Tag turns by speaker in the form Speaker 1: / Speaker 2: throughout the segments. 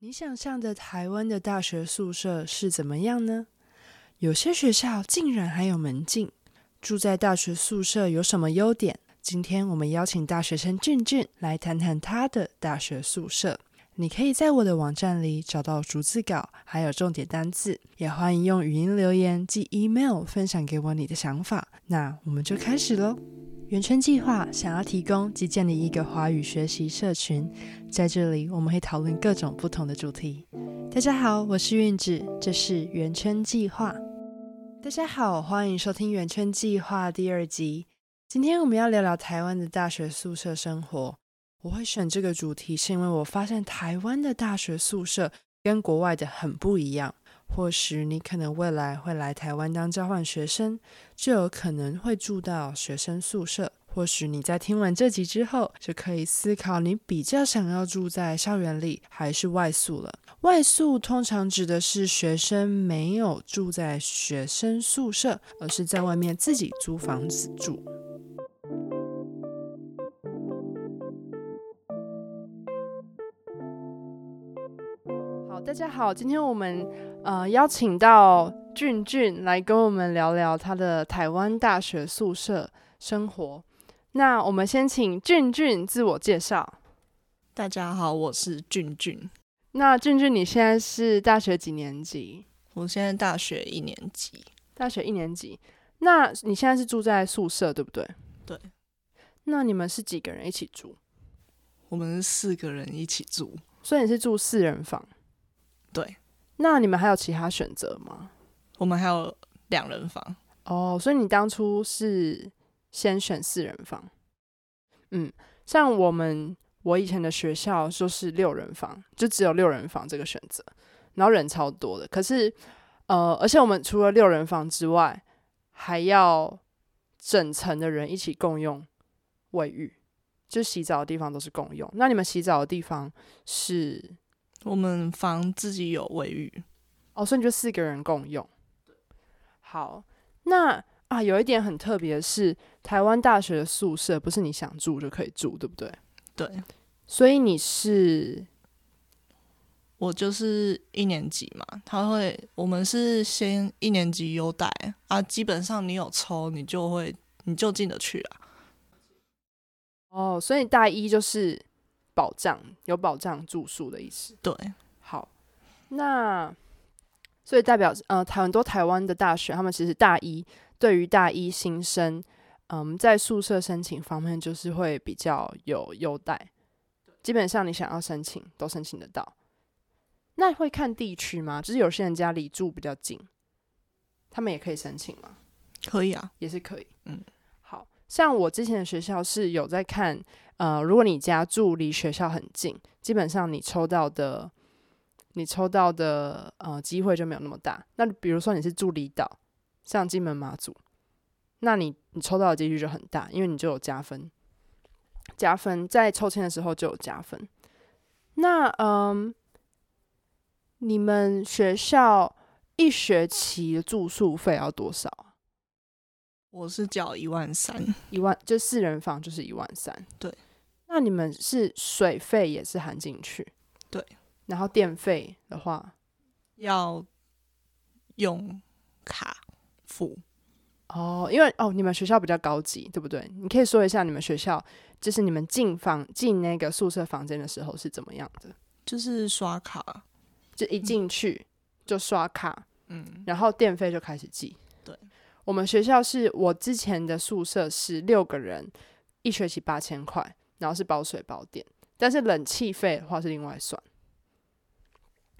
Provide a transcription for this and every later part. Speaker 1: 你想象的台湾的大学宿舍是怎么样呢？有些学校竟然还有门禁。住在大学宿舍有什么优点？今天我们邀请大学生俊俊来谈谈他的大学宿舍。你可以在我的网站里找到逐字稿，还有重点单字，也欢迎用语音留言及 email 分享给我你的想法。那我们就开始喽。圆圈计划想要提供及建立一个华语学习社群，在这里，我们会讨论各种不同的主题。大家好，我是韵子，这是圆圈计划。大家好，欢迎收听圆圈计划第二集。今天我们要聊聊台湾的大学宿舍生活。我会选这个主题，是因为我发现台湾的大学宿舍跟国外的很不一样。或许你可能未来会来台湾当交换学生，就有可能会住到学生宿舍。或许你在听完这集之后，就可以思考你比较想要住在校园里还是外宿了。外宿通常指的是学生没有住在学生宿舍，而是在外面自己租房子住。好，大家好，今天我们呃邀请到俊俊来跟我们聊聊他的台湾大学宿舍生活。那我们先请俊俊自我介绍。
Speaker 2: 大家好，我是俊俊，
Speaker 1: 那俊俊，你现在是大学几年级？
Speaker 2: 我现在大学一年级。
Speaker 1: 大学一年级。那你现在是住在宿舍，对不对？
Speaker 2: 对。
Speaker 1: 那你们是几个人一起住？
Speaker 2: 我们是四个人一起住，
Speaker 1: 所以你是住四人房。
Speaker 2: 对。
Speaker 1: 那你们还有其他选择吗？
Speaker 2: 我们还有两人房。
Speaker 1: 哦，所以你当初是先选四人房，嗯，像我们我以前的学校就是六人房，就只有六人房这个选择，然后人超多的。可是，呃，而且我们除了六人房之外，还要整层的人一起共用卫浴，就洗澡的地方都是共用。那你们洗澡的地方是
Speaker 2: 我们房自己有卫浴，
Speaker 1: 哦，所以你就四个人共用。好，那啊，有一点很特别的是，台湾大学的宿舍不是你想住就可以住，对不对？
Speaker 2: 对
Speaker 1: 所以你是
Speaker 2: 我就是一年级嘛，他会我们是先一年级优待啊，基本上你有抽你就会你就进得去啊，
Speaker 1: 哦，所以大一就是保障有保障住宿的意思。
Speaker 2: 对，
Speaker 1: 好，那所以代表呃，台很多台湾的大学，他们其实大一对于大一新生，嗯，在宿舍申请方面就是会比较有优待，基本上你想要申请都申请得到。那会看地区吗？就是有些人家离住比较近，他们也可以申请吗？
Speaker 2: 可以啊，
Speaker 1: 也是可以。
Speaker 2: 嗯，
Speaker 1: 好像我之前的学校是有在看，呃，如果你家住离学校很近，基本上你抽到的，你抽到的呃机会就没有那么大。那比如说你是住离岛，像金门、马祖，那你你抽到的几率就很大，因为你就有加分，加分在抽签的时候就有加分。那嗯，你们学校一学期的住宿费要多少？
Speaker 2: 我是缴一万三，
Speaker 1: 一万，就四人房就是一万三。
Speaker 2: 对，
Speaker 1: 那你们是水费也是含进去，
Speaker 2: 对，
Speaker 1: 然后电费的话，
Speaker 2: 要用卡付，
Speaker 1: 哦，因为哦，你们学校比较高级，对不对？你可以说一下你们学校，就是你们进房进那个宿舍房间的时候是怎么样的？
Speaker 2: 就是刷卡，
Speaker 1: 就一进去就刷卡，
Speaker 2: 嗯，
Speaker 1: 然后电费就开始计。
Speaker 2: 对，
Speaker 1: 我们学校是我之前的宿舍是六个人，一学期八千块，然后是包水包电，但是冷气费的话是另外算。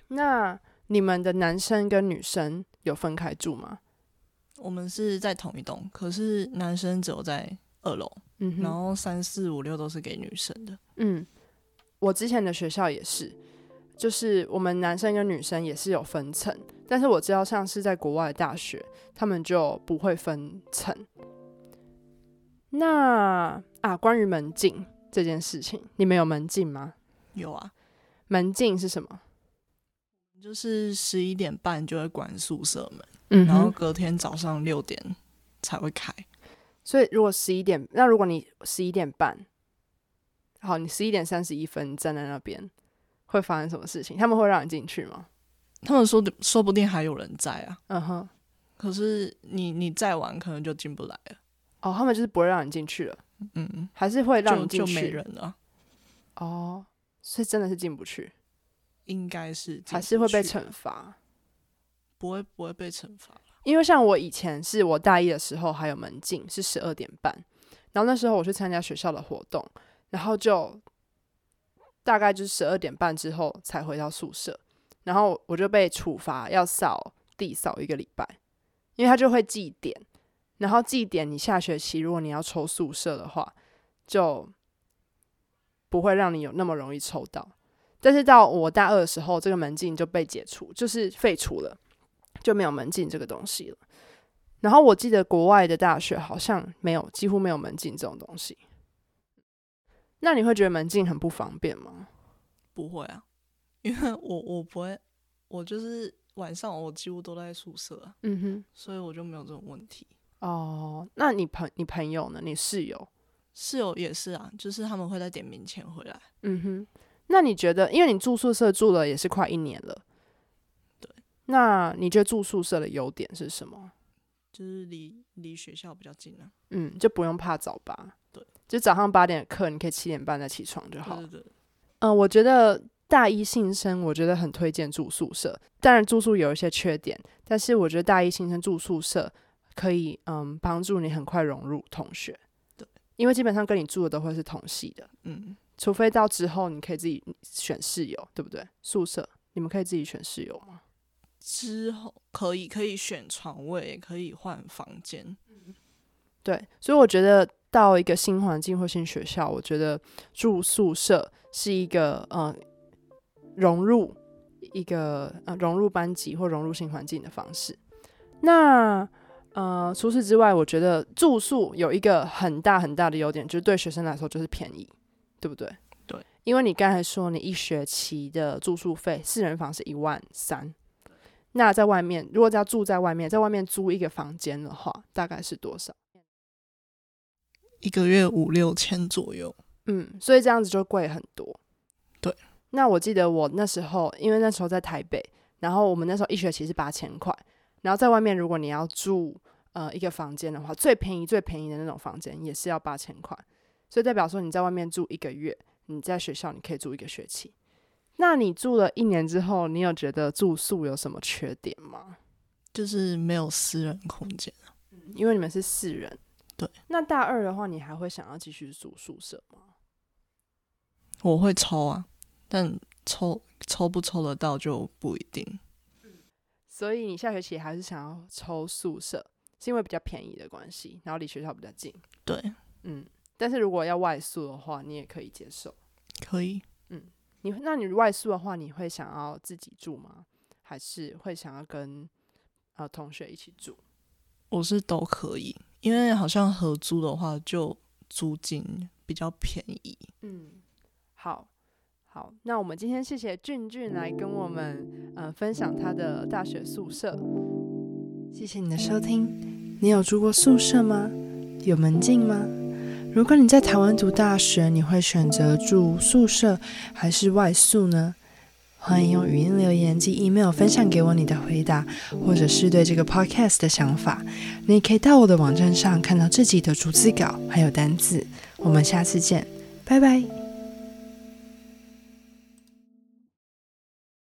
Speaker 1: 那你们的男生跟女生有分开住吗？
Speaker 2: 我们是在同一栋，可是男生只有在二楼，
Speaker 1: 嗯哼
Speaker 2: 然后三四五六都是给女生的。
Speaker 1: 嗯，我之前的学校也是，就是我们男生跟女生也是有分层，但是我知道像是在国外的大学，他们就不会分层。那啊，关于门禁这件事情，你们有门禁吗？
Speaker 2: 有啊，
Speaker 1: 门禁是什么？
Speaker 2: 就是十一点半就会关宿舍门，
Speaker 1: 嗯
Speaker 2: 然后隔天早上六点才会开。
Speaker 1: 所以如果十一点，那如果你十一点半，好，你十一点三十一分站在那边，会发生什么事情？他们会让你进去吗？
Speaker 2: 他们说说不定还有人在啊，
Speaker 1: 嗯哼，
Speaker 2: 可是你你再玩可能就进不来了，
Speaker 1: 哦，他们就是不会让你进去了，
Speaker 2: 嗯，
Speaker 1: 还是会让
Speaker 2: 就
Speaker 1: 你进
Speaker 2: 就
Speaker 1: 去？
Speaker 2: 没人了啊，
Speaker 1: 哦，所以真的是进不去，
Speaker 2: 应该是进
Speaker 1: 还是会被
Speaker 2: 不去
Speaker 1: 惩罚。
Speaker 2: 不会不会被惩罚了，
Speaker 1: 因为像我以前是我大一的时候还有门禁是十二点半，然后那时候我去参加学校的活动，然后就大概就是十二点半之后才回到宿舍，然后我就被处罚要扫地扫一个礼拜，因为他就会记点，然后记点你下学期如果你要抽宿舍的话，就不会让你有那么容易抽到。但是到我大二的时候，这个门禁就被解除，就是废除了。就没有门禁这个东西了。然后我记得国外的大学好像没有，几乎没有门禁这种东西。那你会觉得门禁很不方便吗？
Speaker 2: 不会啊，因为我我不会，我就是晚上我几乎都在宿舍啊，
Speaker 1: 嗯
Speaker 2: 所以我就没有这种问题。
Speaker 1: 哼，哦，那你朋你朋友呢？你室友？
Speaker 2: 室友也是啊，就是他们会在点名前回来。
Speaker 1: 嗯哼，那你觉得，因为你住宿舍住了也是快一年了，
Speaker 2: 对，
Speaker 1: 那你觉得住宿舍的优点是什么？
Speaker 2: 就是离离学校比较近啊。
Speaker 1: 嗯，就不用怕早八，
Speaker 2: 对，
Speaker 1: 就早上八点的课，你可以七点半再起床就好。
Speaker 2: 对对对，
Speaker 1: 嗯，我觉得大一新生，我觉得很推荐住宿舍。当然，住宿有一些缺点，但是我觉得大一新生住宿舍可以，嗯，帮助你很快融入同学。
Speaker 2: 对，
Speaker 1: 因为基本上跟你住的都会是同系的，
Speaker 2: 嗯，
Speaker 1: 除非到之后你可以自己选室友，对不对？宿舍你们可以自己选室友吗？
Speaker 2: 之后可以可以选床位，也可以换房间。
Speaker 1: 对，所以我觉得到一个新环境或新学校，我觉得住宿舍是一个呃融入一个呃融入班级或融入新环境的方式。那呃，除此之外，我觉得住宿有一个很大很大的优点，就是对学生来说就是便宜，对不对？
Speaker 2: 对，
Speaker 1: 因为你刚才说你一学期的住宿费，四人房是一万三。那在外面，如果要住在外面，在外面租一个房间的话，大概是多少？
Speaker 2: 一个月五六千左右，
Speaker 1: 嗯，所以这样子就贵很多。
Speaker 2: 对，
Speaker 1: 那我记得我那时候，因为那时候在台北，然后我们那时候一学期是八千块，然后在外面如果你要住呃一个房间的话，最便宜最便宜的那种房间也是要八千块，所以代表说你在外面住一个月，你在学校你可以住一个学期。那你住了一年之后，你有觉得住宿有什么缺点吗？
Speaker 2: 就是没有私人空间。
Speaker 1: 因为你们是四人，
Speaker 2: 对。
Speaker 1: 那大二的话，你还会想要继续住宿舍吗？
Speaker 2: 我会抽啊，但抽抽不抽得到就不一定。
Speaker 1: 所以你下学期还是想要抽宿舍，是因为比较便宜的关系，然后离学校比较近。
Speaker 2: 对，
Speaker 1: 嗯，但是如果要外宿的话，你也可以接受。
Speaker 2: 可以。
Speaker 1: 你那你外宿的话，你会想要自己住吗？还是会想要跟呃同学一起住？
Speaker 2: 我是都可以，因为好像合租的话，就租金比较便宜。
Speaker 1: 嗯，好。好，那我们今天谢谢俊俊来跟我们呃分享他的大学宿舍。谢谢你的收听。你有住过宿舍吗？有门禁吗？如果你在台湾读大学，你会选择住宿舍还是外宿呢？欢迎用语音留言及 email 分享给我你的回答，或者是对这个 podcast 的想法。你也可以到我的网站上看到自己的逐字稿还有单字。我们下次见，拜拜。